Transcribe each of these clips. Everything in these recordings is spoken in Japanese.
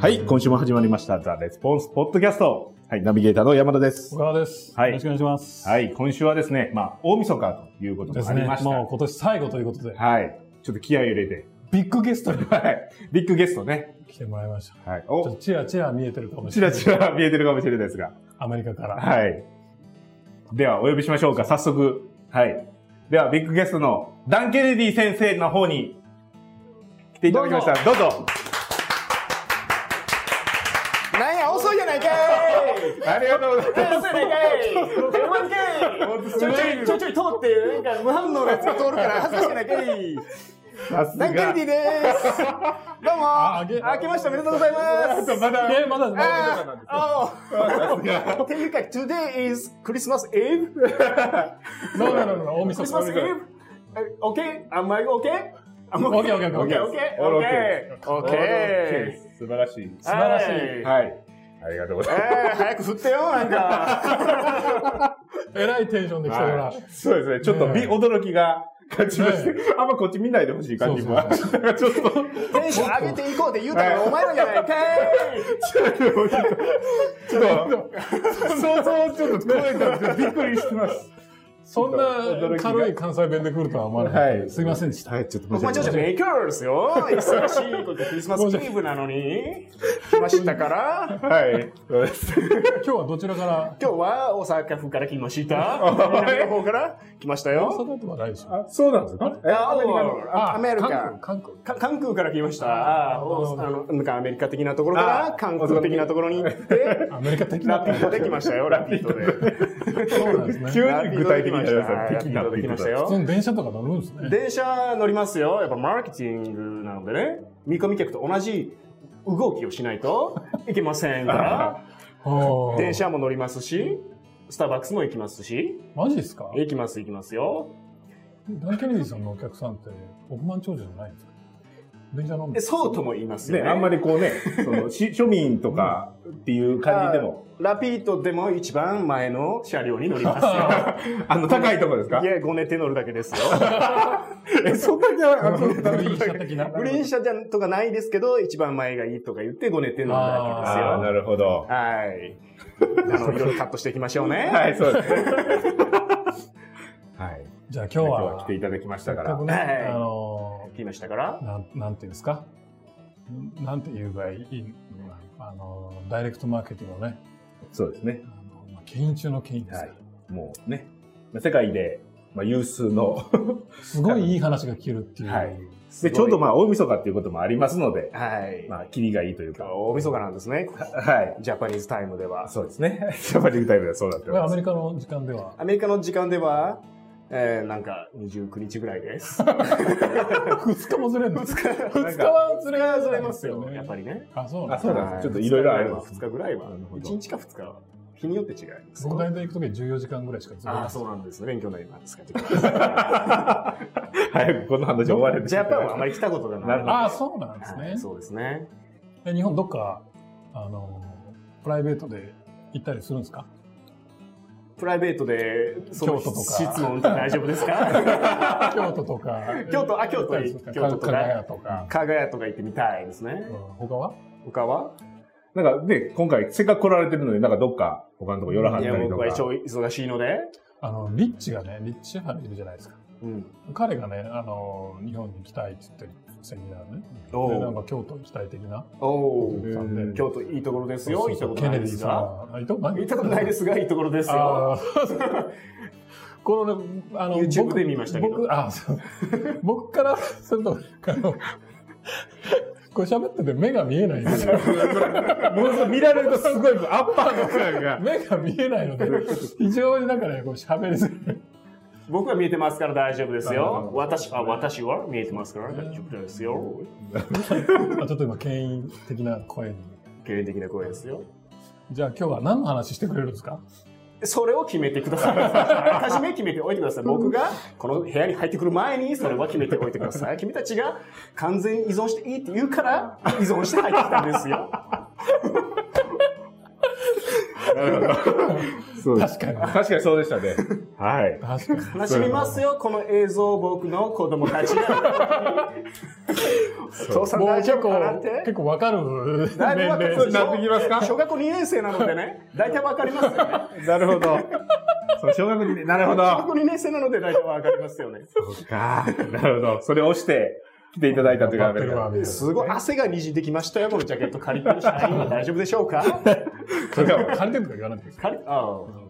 はい、今週も始まりました、ザ・レスポンス・ポッドキャスト。はい、ナビゲーターの山田です。小川です。はいよろしくお願いします。はい、今週はですね、まあ、大晦日ということでもあすりね。ました。もう今年最後ということで、はい、ちょっと気合い入れて、ビッグゲストにはい、ビッグゲストね。来てもらいました。ちはい、ょっお、とチラチラ見えてるかもしちれらない。ちら見えてるかもしれないですが。アメリカから。はい。では、お呼びしましょうか、早速。はい。では、ビッグゲストのダン・ケネディ先生の方に来ていただきました。どうぞ。なんや、遅いやないか いありがとうございます。遅いやないかいうまいか本当すいちごょいいちょいちょいちょい通って、なんか無反応が通るから恥ずかしいやないかいさすダンケルデが。ィですどうああげも明けましておめでとうございますまだ、え、まだ、まだ、あああっていうか、today is Christmas Eve? まだ、まだ、大晦日。 Christmas Eve? Okay? Am I okay? I'm OK OK OK Okay, okay, okay. Okay. 素晴らしい。素晴らしいはいはい。ありがとうございます。えー、早く振ってよ、なん か。えらいテンションで来たから。そうですね。ちょっとび、ねえ驚きが感じまして、ねあんまこっち見ないでほしい感じも。そうちょっと、ちょっとテンション上げていこうって言うたらお前らじゃないか いちょっと、想像をちょっと超えたんですけど、びっくりしてます。そんな軽い関西弁で来るとは思わなかった。すいませんでした。はい、ちょっと僕もちょっとい。勉強ですよ。忙しいことクリ スマスイーブなのに来ましたから。はい、そうです。今日はどちらから今日は大阪府から来ま した。南の方から来ました大よ。阪とはないでしょ。あ、そうなんですかえあアメリカのああアメリ韓カ。国、韓国。か関空から来ました。ああなるのなんかアメリカ的なところからあ韓国的なところに行って、アメリカ的ラなピ。ードで来ました よ、ラピードで。そうなんですね。急に具体的になりましたね。ラピードで来ました敵になってきましたラよ。ピ普ードで来ま通に電車とか乗るんですね。電車乗りますよ。やっぱマーケティングなのでね、見込み客と同じ動きをしない といけませんから。はあ電。車も乗りますし、スターバックスも行きますし、マジですか行きます行きますよ。ダン・ケネディさんのお客さんって億万長者じゃないんですか電車なんえですそうとも言いますよね、ね。あんまり。りこうね、その、し庶民とかっていう感じでも、ラピートでも一番前の車両に乗 りますあの、高いとこですかよ。いや、ごねて乗るだけです よ。え、そんなにあグリーン車的な。グリーン車じゃんとかないですけど、一番前がいいとか言ってごねて乗るあーなだるほど。けですよ。はい。あの、いろいろカットしていきましょうね。はい、そうですね。はい。じゃあ今日今日はは来、ていただきましたから。せっね、はいあの来ましたからー、。なん、なんていうんですかんなんて言えばいいのかなあのー、ダイレクトマーケティングのね、そうですねあ。のまあ、牽引中の牽引ですよ、はもうね、世界で、まあ、有数の、すごいいい話が聞けるっていう。はいすで、ごいちょうどまあ、大晦日っていうこともありますので、はい。まあ、キリがいいというか。大晦日なんですね。はい。ジャパニーズタイムでは。そうですね。 ジャパニックタイムではそうなってこれまアすメ。リカの時間では、アメリカの時間では、えー、なんか29日ぐらい です。 2日もずれるんですかなん2日かはずれずれますよやっね。ぱりね。あ、そうなんあ、だそうなんはです。ちょっといろいろあります。 2日ぐらいはなる。ほど1日か2日は。日によって違います。僕大体行くとき14時間ぐらいしかずれないああ、そうなんですね。勉強になります か。早くこの話終われて。ジャパンはあまり来たことがない。なああ、そうなんですはねい。そうですね。え日本どっか、あの、プライベートで行ったりするんですかプライベートで、その京都とか質問って大丈夫ですか 京都とか。京都あ京都行ったりするんですか京都とか加か賀屋とか。加賀屋とか行ってみたいですねう。ん他は他はなんかね、今回、せっかく来られてるのになんかどっか、他のとこ寄らはっいたや、りと僕は一か。応忙しいので。あの、リッチがね、リッチシェファーいるじゃないですか。うん。彼がね、あの、日本に行きたいって言ってるセミナーね。おで、なんうか京都行きたい的な。おうへー京都いいところですよ。そう行っそたうことないケネでディすさが。ん。あ行ったことない行ったことないですが、いいところですよ。あー このね、あの、 YouTube 僕で見ましたけど僕、あ、そう。 僕から すると、あの、これ喋ってて目が見えないんですよ。 もう見られるとすごいアッパーの感が。目が見えないので、非常になんかね、こう喋りづらい。僕は見えてますから大丈夫ですなるほよ。ど私あ私は見えてますから大丈夫ですよ。あちょっと今、牽引的な声に。経営的な声ですよ。じゃあ今日は何の話してくれるんですかそれを決めてください。あらかじめ決めておいてください。僕がこの部屋に入ってくる前にそれは決めておいてください。君たちが完全に依存していいって言うから依存して入ってきたんです よ。なるほど。そうです確かに。確かにそうでしたね。はい。確かに。悲しみますよ、この映像を僕の子供たちが。お父さんもう大丈結夫かな構っ、て結。構わかるだいぶ年わかる齢でしょなってきますか小学校2年生なのでね、大体わかりますよね。なるほど。そう、小学2年、なるほ小学ど。校2年生なので大体わかりますよね。そうか。なるほど。それを押して来ていただいたというバわッテけルで。はみたいなすごい汗が滲んできましたよ、このジャケット借りてる社員 大丈夫でしょうかそれが借りてるとか言わないんですか借り、ああ、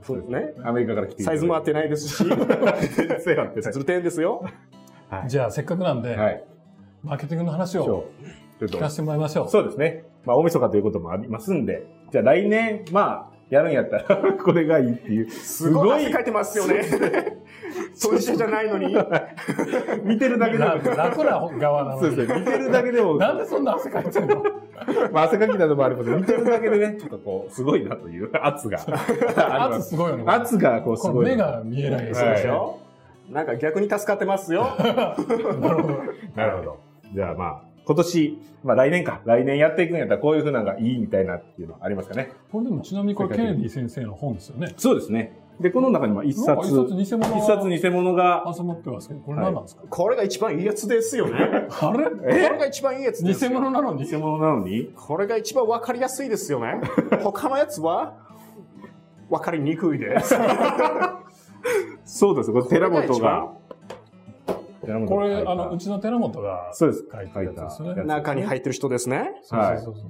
そうですね。アメリカから来ていたサだイいズも合ってないですし、て。そうなんですずる点ですよ。じゃあ、せっかくなんで、はい。マーケティングの話をそう。ちょ聞っかとせてもらいましょう。そうですね。まあ、大晦日ということもありますんで、じゃあ来年、まあ、やるんやったら、これがいいっていう。すすごい汗かいてますよ ね。当事者じゃないのに。見てるだけでラも。楽な側なそのうに。ですね。見てるだけでも、なんでそんな汗かいてんのまあ、汗かきなどもありますけど、見てるだけでね、ちょっとこう、すごいなと いう圧が。 ありま圧すごいよね。圧がこう、すこのごい。目が見えない。そうでしょなんか逆に助かってますよ。なるほど。なるほど。じゃあまあ、今年、まあ来年か。来年やっていくんやったらこういうふうなのがいいみたいなっていうのはありますかね。これでもちなみにこれケネディ先生の本ですよね。そうですね。で、この中にまあ一なんか冊、一一冊偽物が冊偽物が、挟まってますけど、これ何なんですか、これが一番いいやつですよあね。れこれが一番いいやつです偽よ。物なのに偽物なのに、これが一番わかりやすいですよね。他のやつは、わかりにくいです。 そうです。これ寺本これがが、寺本こが書れ、いたあの、うちの寺本がそうです。書いたやつですよね。中に入ってる人ですね。そうそうそうそう。い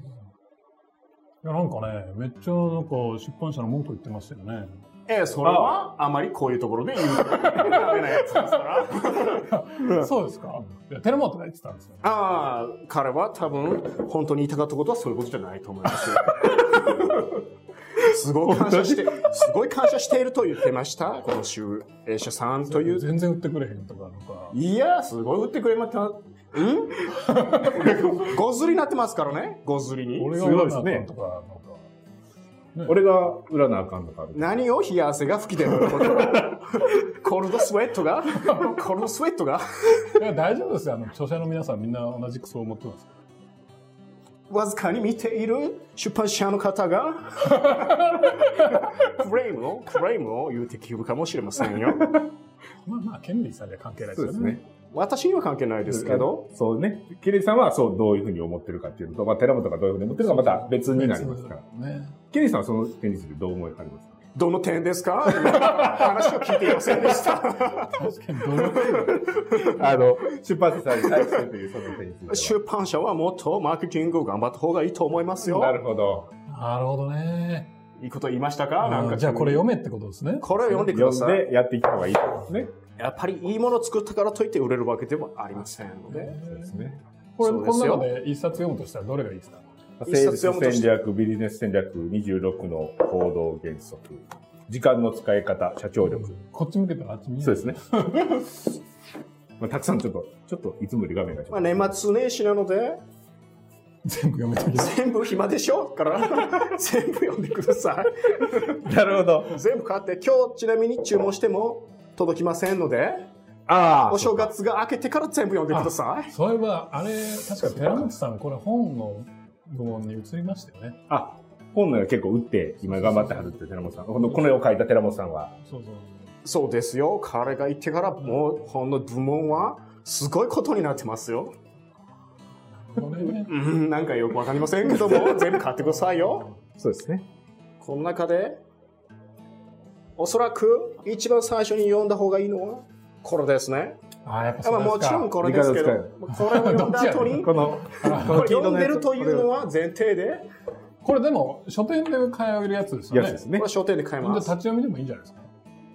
や、なんかね、めっちゃなんか出版社の文句言ってましたよね。ええ、それはあまりこういうところで言うとダメなやつですから。そうですかいや、寺本が言ってたんですよ。ああ、彼は多分本当に言いたかったことはそういうことじゃないと思い ますよ。すごい感謝して、すごい感謝していると言ってました。この集英社さんという。全然売ってくれへんとか、なんか。いや、すごい売ってくれました。んごずりになってますからね。ごずりに。俺がすごいで売すらなあねかんとか、なんか。俺が裏なあかんのかみたいな。何を冷や汗が吹き出ることをコールドスウェットがコールドスウェットがいや、大丈夫ですよ。あの、著者の皆さんみんな同じくそう思ってます。わずかに見ている出版社の方がクレームをクレームを言うてきるかもしれませんよまあまあ、ケネディさんには関係ないですそうよですね。ね。私には関係ないですけどそうね。ケリーさんはそう、どういうふうに思ってるかっていうのと、まあ、寺本がどういうふうに思ってるかまた別になりますから。ね。ケリーさんはその点についてどう思いありますかどの点ですか話を聞いていませんでした確かに、どのあの、出版社さんに対してというその点については出版社はもっとマーケティングを頑張った方がいいと思いますなよるほど。なるほどね。いいこと言いましたかなんあかじゃあこれ読めってことですね。これを読んでくださ読いんでやっていった方がいいですね。やっぱりいいものを作ったからといって売れるわけではありませんのでそうですね。これ、そうでこすのよ中で一冊読むとしたらどれがいいですか一冊政読むと治し戦て略、ビジネス戦略26の行動原則。時間の使い方、社長力。こっち向けたらあっち見えそうる。ですね。まあ、たくさんちょっと、ちょっといつもより画面がちょっと。まあ年末年始なので全部読めときます。全部暇でしょから 全部読んでくださいなるほど。全部買って今日ちなみに注文しても届きませんのでああ。お正月が明けてから全部読んでくださいそういえば、あれ、確か寺本さん、これ本の部門に移りましたよね。あ、本の結構打って、今頑張ってはるって寺本さん。このこの絵を描いた寺本さんは。そうそう。そうですよ彼が言ってからもうほんの部門はすごいことになってますよこれね。うんなんかよくわかりませんけども全部買ってくださいよそうですね。この中でおそらく一番最初に読んだ方がいいのはこれですね ああ、やっぱまそあうもでちすろんか。これですけど理解でこれを読 んだ後にこの、これ読んでるというのは、は前提でこれでも、書店で買えるやつですよやね。つでですこねれは。商店で買え立まちす読みでもいいんじゃないですか。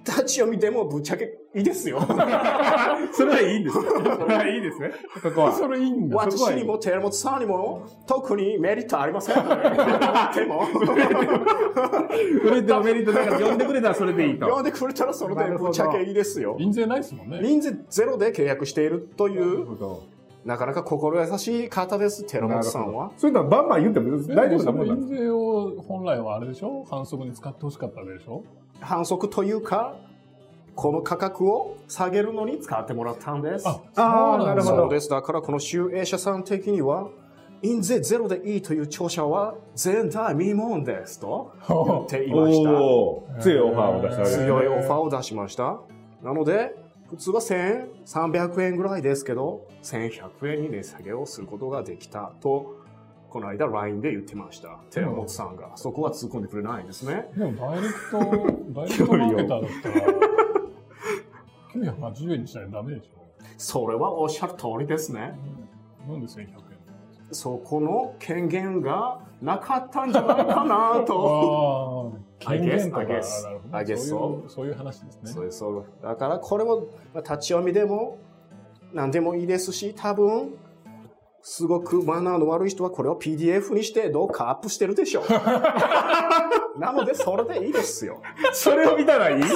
立ち読みでもぶっちゃけいいですよそれはいいんですよ。それはいいですね。そこは。それいいんだ。私にも寺本さんにも特にメリットありま せんでもそれでメリットだから呼んでくれたらそれでいい読と。んでくれたらそれでぶっちゃけいいですよ印税ないですもんね。臨時ゼロで契約しているというそなかなか心優しい方です寺本さんはういうのはバンバン言っても大丈夫なもんなんです印税を本来はあれでしょ反則に使ってほしかったわけでしょ反則というかこの価格を下げるのに使ってもらったんですあ、あーそうななんだるほどそうですだからこの集英社さん的には印税ゼロでいいという著者は全体未聞ですと言おっうていました。おー強いオファーを出したわけですね強いオファーを出しました。なので、普通は1300円ぐらいですけど、1100円に値下げをすることができたと、この間 LINE で言ってました。寺本さんが。そこは突っ込んでくれないんですね。でもダイレクト、ダイレクトマーケターだった ら、980円にしたらダメでしょ。それはおっしゃる通りですね。なんで1100円そこの権限がなかったんじゃないかなと。ああ、 I guess, 権限とか I guess, なるほど I guess そういうそういう話ですそね。うですそうですだからこれもまあ立ち読みでも何でもいいですし多分すごくマナーの悪い人はこれを PDF にしてどうかアップしてるでし ょうなのでそれでいいですよそれを見たらいいマ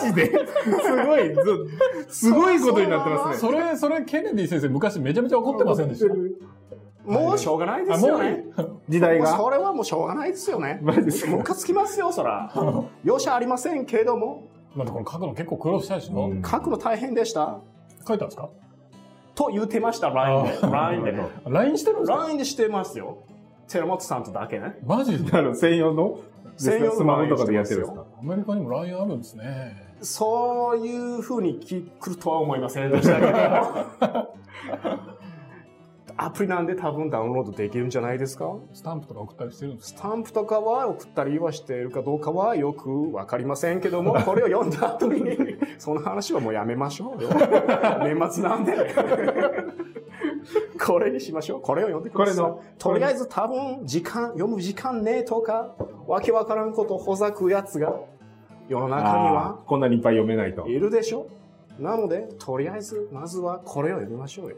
ジですごい、ずすごいことになってますね。それ、それ、ケネディ先生、昔めちゃめちゃ怒ってませんでした。もうしょうがないですよね時代もうが。それはもうしょうがないですよねマジですかムカつきますよそ ら容赦ありませんけれどもだってこれ書くの結構苦労したでしょ、うん書くの大変でした書いたんですかと言ってました LINE で LINE で ?LINE してるんですか LINE でしてますよ寺本さんとだけねマジでなるほど専用の専用のスマホとかでやってるんですかアメリカにも LINE あるんですね。そういうふうにき来るとは思いませんでしたけど。 アプリなんで多分ダウンロードできるんじゃないですかスタンプとか送ったりしてるんですスタンプとかは送ったりはしているかどうかはよくわかりません けども、これを読んだ後に、その話はもうやめましょ うよ。年末なんで。これにしましょう。これを読んでください。これのとりあえず多分、時間、読む時間ねえとか、わけわからんことをほざくやつが、世の中にはあーこんなにいっぱい読めないと。いるでしょなので、とりあえず、まずはこれを読みましょうよ。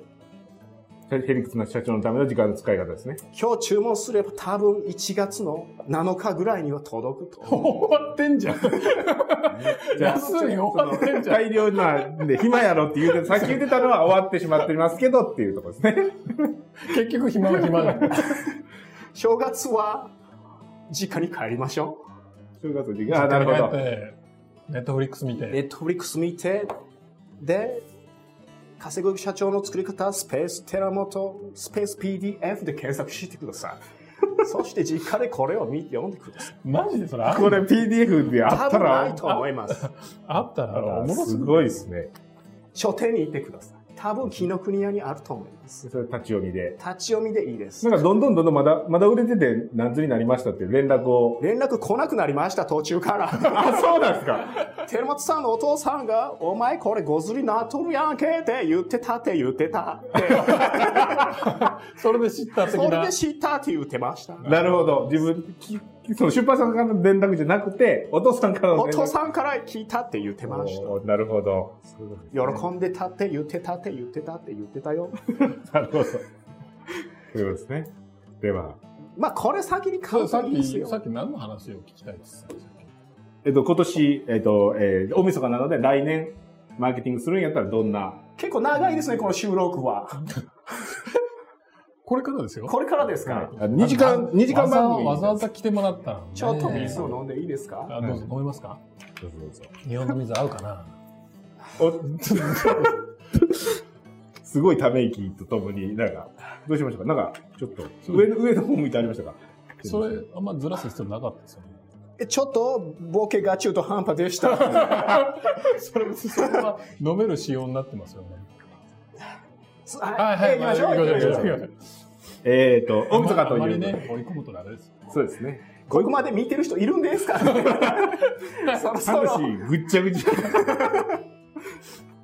ヘリクスの社長のための時間の使い方ですね。今日注文すれば多分1月の7日ぐらいには届くと。終わってんじゃん。安い終わってんじゃん。大量なんで、 暇やろって言うて、さっき言ってたのは終わってしまってますけどっていうところですね。 結局暇は暇だ。正月は、実家に帰りましょ正月時間。あ、なるほ帰っど。て。ネットフリックス見う。て。ネットフリックス見て、で、稼ぐ社長の作り方、スペーステラモト、スペース PDF で検索してくださ い。そして実家でこれを見読んでください。マジでそれあこれ PDF であ多った分ならい、と思います。あったらおもろすすぎごいですね。 書店に行ってください。多分、紀ノ国屋にあると思います。それ立ち読みで。立ち読みでいいですな。んかどんどんどんどんまだ、まだ売れてて何図になりましたっていう連絡 を。連絡来なくなりました、途中 から。あ、そうなんですか。寺本さんのお父さんが、お前これごずりなっとるやんけって言ってたって言ってたって。それで知った的 それなで。知ったって言ってました。なるほど。自分、きその出版さんからの連絡じゃなくて、お父さんからのお連絡。父さんから聞いたって言ってましおーなるほど。た。喜んでたって言ってたって言ってたって言ってたよ。なるほど。そういうことですね。では、まあこれ先にそ買ううさとっいいですき、さよ。っき何の話を聞きたいですえっと、今年、えっと、えー、大晦日なので来年、マーケティングするんやったらどんな、結構長いですね、この収録は。これからですよ。これからですから。 2時間、二時間番組。わざわざ来てもらったのねちょっと水を飲んでいいですかあどうぞ飲みますかどうぞどうぞ日本の水合うか なお すごいため息とともに、なんか、どうしましたかなんか、ちょっと、上の、上の方向いてありましたかそれ、あんまずらす必要なかったですよね。えちょっとボケが中途半端でした。それ別にそれは飲める仕様になってますよね。はい、はい、行きましょう。行きましょう。えっと、大晦あ日んとまいりう。ね、追い込むとダメです。そうですね。ここまで見てる人いるんです かそろそろ。話ぐっちゃぐちゃ。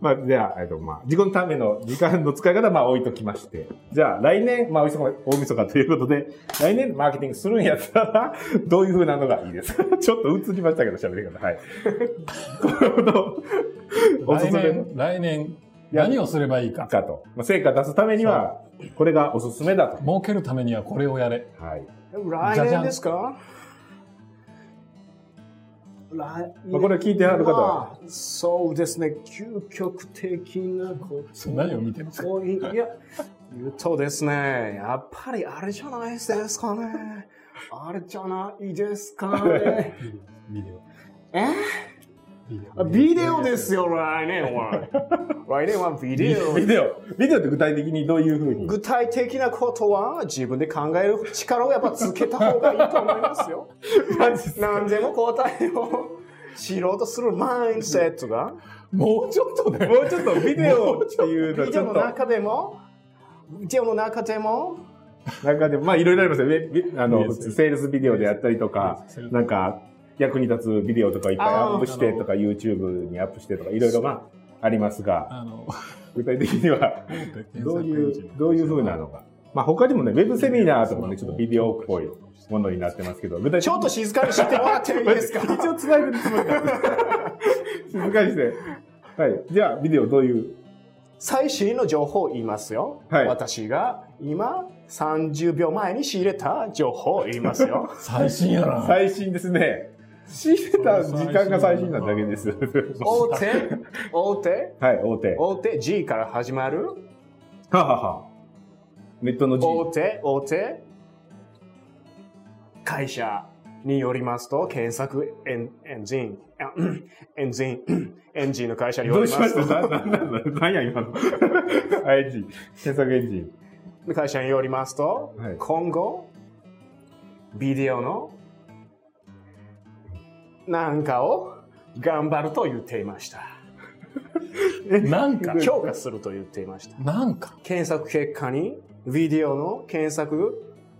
まあ、じゃあ、えっと、まあ、自己のための時間の使い方は、まあ、置いときまして。じゃあ、来年、まあ、大晦日、大晦日ということで、来年マーケティングするんやったら、どういう風なのがいいです かちょっと映りましたけど、喋り方。はい。これほど、おす来すめの年、来年、いや何をすればいいか。かと。まあ、成果出すためには、これがおすすめだと。儲けるためにはこれをやれ。はい。来年ですか来まあ、これを聞いてある方は、まあそうですね、究極的なこそれ何を見てますかと。いや、言うとですね、やっぱりあれじゃないですかね。 あれじゃないですかね。ビデオ。えあビデオですよ、来年は。来年はビデオ。ビデオ。ビデオって具体的にどういうふうに具体的なことは自分で考える力をやっぱつけた方がいいと思いま すよ。何でも答えを知ろうとするマインドセットが。もうちょっとねもうちょっとビデオっていうのビちデオょっのと中でも、ビデオの中でも、中でも、まあいろいろありますよ。ウェビあの、いいですよセールスビデオであったりとかいいですよ、なんか役に立つビデオとかいっぱいアップしてあーとか、YouTube にアップしてとか、いろいろまあありますが、あの具体的にはどういう、どういう風なのか。まあ他にもね、ウェブセミナーとかもね、ちょっとビデオっぽいものになってますけど、具体ちょっと静かにしてもらってい いですか一応繋いでるつもりなんです。静かにして。はい。じゃあ、ビデオどういう。最新の情報を言いますよ。はい私が今30秒前に仕入れた情報を言いますよ。 最新やな最新ですね。仕入れた時間が最新なだけです。大手、大手、はい、大手。大手 G から始まる。ははは。ネットの G。大手、大手。会社によりますと、検索エンエンジン、あ うんエン ジン、エンジンの会社によどうりしまますしとた、 な、な、な、ななんや今の。 あエンジン。検索エンジン。会社によりますと、はい今後、ビデオのなんかを頑張ると言っていま した。なんか強化すると言っていました。なんか検索結果に、ビデオの検索、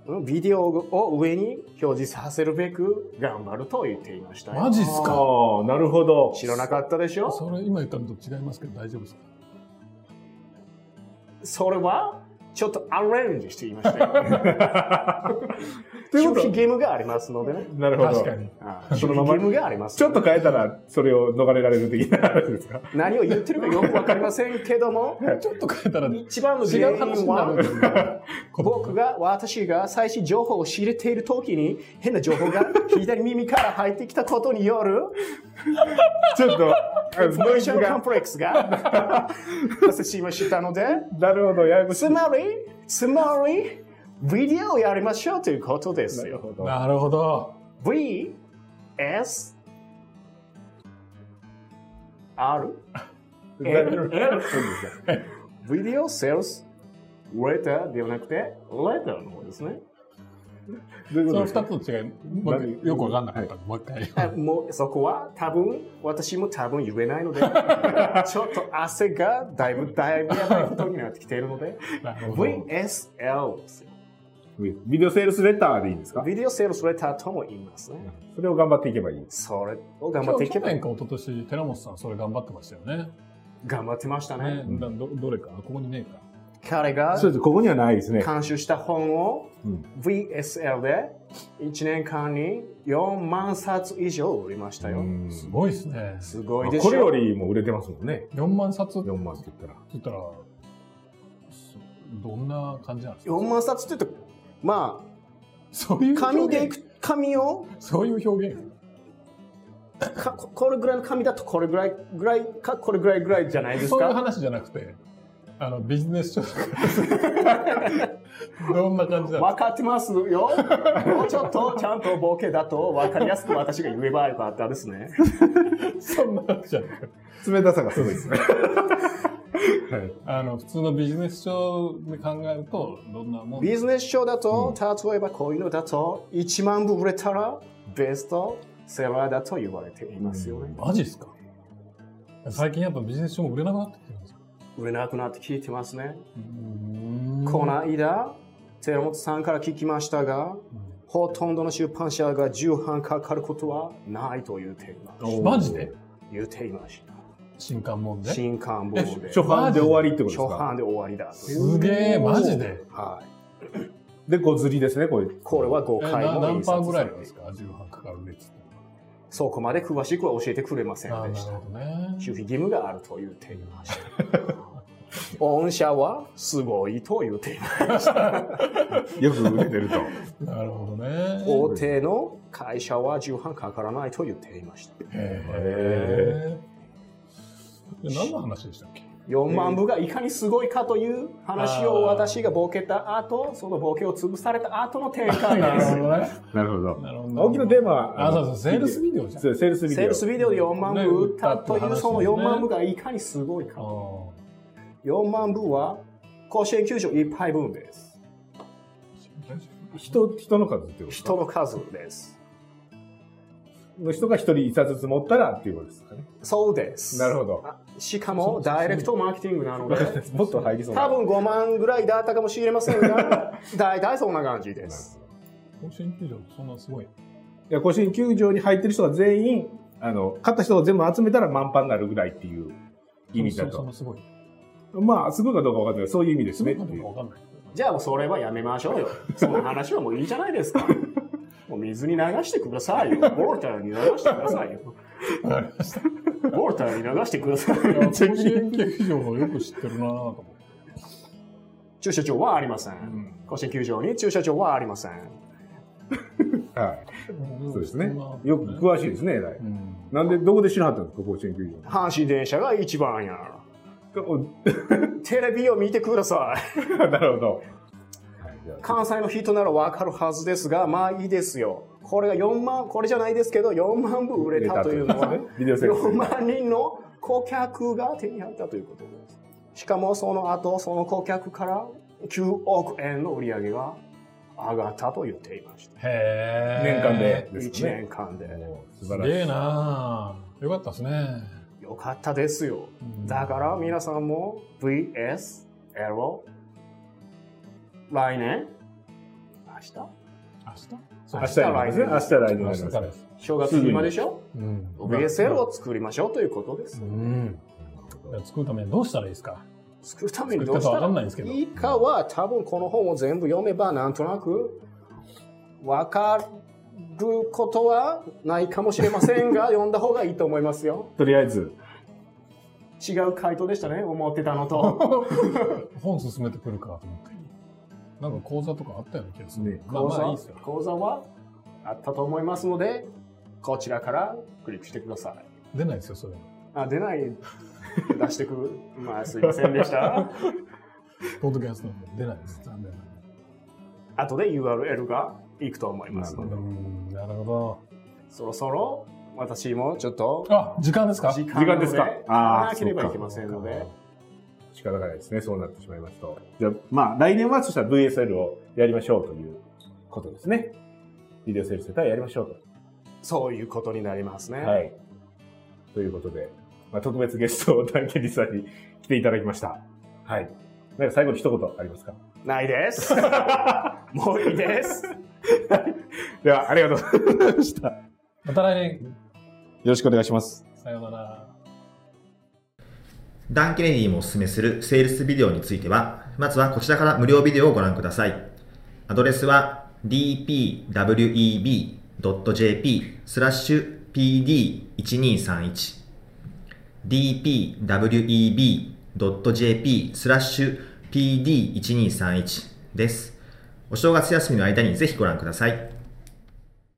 うんビデオを上に表示させるべく頑張ると言っていましたよ。マジっすあかあ、なるほど。知らなかったでしょそれ今言ったのと違いますけど大丈夫ですかそれは、ちょっとアレンジしてい ましたよ。という消こと費義務がありますのでね。なるほど。確かにあそ消の費ま義ま務があります。ちょっと変えたら、それを逃れられる的な話です か。何を言ってるかよくわかりませんけ ども、ちょっと変えたら違一番の原う話因になるんはで、すよ僕が、私が最新情報を仕入れている時に、変な情報が左耳から入ってきたことによる、ちょっと、あノノイイシズョンコンが。プレックス が発生しましたので、なるほど、ややこしい。つまり、つまり、ビデオをやりましょうということですよ。ほどなるほど V、S、R、L、L、ビデオセールス、レターではなくて、レターの方ですね。どういうそことのですか2つの違いもう一回よくわかんなかったんでもう一回 あもうそこは多分、私も多分言え ないので、ちょっと汗がだいぶだいぶやばいことになってきているので、なるほど VSL ですよ。ビデオセールスレターでいいんですかビデオセールスレターとも言いますね。それを頑張っていけばいい。それを頑張っていけ去ば年か一昨年寺本さんそれ頑張ってましたよね頑張ってましたね。ねだどどれかここにねえか彼がそうです。ここにはないですね。監修した本をうん VSL で1年間に4万冊以上売りましたうよ。んすごいですねすごいでしょこれよりも売れてますもんね。 4万冊って4万って言ったら。言ったらそどんな感じなんですか 4万冊って言うと、まそういうあ、紙表で現いく、紙を、そういう表現かここれぐらいの紙だとこれぐらい、ぐらいか、これぐらいぐらいじゃないですそういうか。話じゃなくてあのビジネス書とか どんな感じなんですか分かってますよ。もうちょっとちゃんとボケだと分かりやすく私が言えばよかったですね。そんな話じゃなくて冷たさがすごいですね。あの普通のビジネス書で考えるとどんなもんビジネス書だと、例えばこういうのだと、1万部売れたらベストセラーだと言われていますよね。マジっすか最近やっぱビジネス書も売れなくなってきてるんですよ売れなくなって聞いてますね。うんこの間、寺本さんから聞きましたが、ほとんどの出版社が重版かかることはないと言っていました。マジで言っていました。新刊もんで新刊本で、初版で終わりってことです初か版で終わりだという。すげえマジではい。で、小釣りですね、これ。これは5え回なも何印刷パーぐらいされなんてですか重版かかる率ってそこまで詳しくは教えてくれませああんでなしるた。ほどね守秘義務があると言っていました。御社はすごいと言っています。よく売れてると。なるほどね大手の会社は重版かからないと言っていました。へえで何の話でしたっけ4万部がいかにすごいかという話を私がボケた後、そのボケを潰された後の展開な でるすほ。どね。なるほど。なるほど。青木のテーマは、あ、そうそう、セールスビデオじゃん。そうセールスビセーデルスオ。ビデオで4万部ね売売ったといったうって話そのですね4万部がいかにすごいか。あ4万部は甲子園球場1杯分です。あ人、人の数ってこと人の数です。の人が一人一冊ずつ持ったらっていうことですかね。そうです。なるほど。あしかもダイレクトマーケティングなので、 もっと入りそうな。多分5万ぐらいだったかもしれません が、大体そんな感じなでるす。ほど甲子園球場ってそんなすごい。いや、甲子園球場に入ってる人が全員、あの、勝った人を全部集めたら満帆になるぐらいっていう意味だそと。もそもすごい。まあ、すごいかどうかわかんないけど、そういう意味ですすごねいってかどいうかう。わかんない。じゃあもうそれはやめましょうよ。その話はもういいじゃないですか。もう水に流してくださいよ。ウォルターに流してくださいよ。わかりました。ウォルターに流してくださいいやよ。甲子園球場をよく知ってるなぁと思って。駐車場はありませ。うんん甲子園球場に駐車場はありません。はい。そうですねんな。よく詳しいですね、えらい。うん。なんで、どこで知らなかったんですか、甲子園球阪神電車が一番や。場。テレビを見てください。なるほど。はいじゃあ関西の人ならわかるはずですが、まあいいですよ。これが4万、これじゃないですけど、4万部売れたというのは、ビデオセー4ル万人の顧客が手に入ったということです。しかもその後、その顧客から9億円の売り上げが上がったと言っていました。へ年間で。です1ね。年間で。もう素す晴げらしえい。なぁ。よかったですね。よかったですよ。うんだから皆さんも VS エロ来年明日明日明そう日やりますね。明日来年明や日りまかすらです。正月暇でしょうん。 ?VS エロを作りましょうということです。うん。じゃあ作るためにどうしたらいいですか作るため作にっどうたしかたわからんないんですけど。いいかは多分この本を全部読めばなんとなくわかることはないかもしれませんが読んだ方がいいと思いますよ。 とりあえず、違う回答でしたね、思ってたのと。本進めてくるかと思って。なんか講座とかあったような気がするね。 まあまあいいですよ。講座はあったと思いますので、こちらからクリックしてください。出ないですよ、それ。あ、出ない。 出してくる。まあ、すいませんでした。 ポッドキャストなんで出ないです。残念なが後で URL がいくと思いますらのうで、ん、なるほそろそろ私もちょっとど。あ、時間ですか時時間間でですすかかあーなければそいうかけませんので、仕方がないですね。そうなってしまいますと。じゃあ、まあ、来年はそしたら VSL をやりましょうということですね。ビデオセールセンターやりましょうそういうことになりますね。と。はい。ということで、まあ、特別ゲストをダンケリさんに来ていただきました。はい。なんか最後に一言ありますかないです。 もういいです。では、ありがとうございました。よまた来年、ろしくお願いします。さようなら。ダン・ケネディもおすすめするセールスビデオについては、まずはこちらから無料ビデオをご覧ください。アドレスは dpweb.jp スラッシュ pd1231 dpweb.jp スラッシュ pd1231 です。お正月休みの間にぜひご覧ください。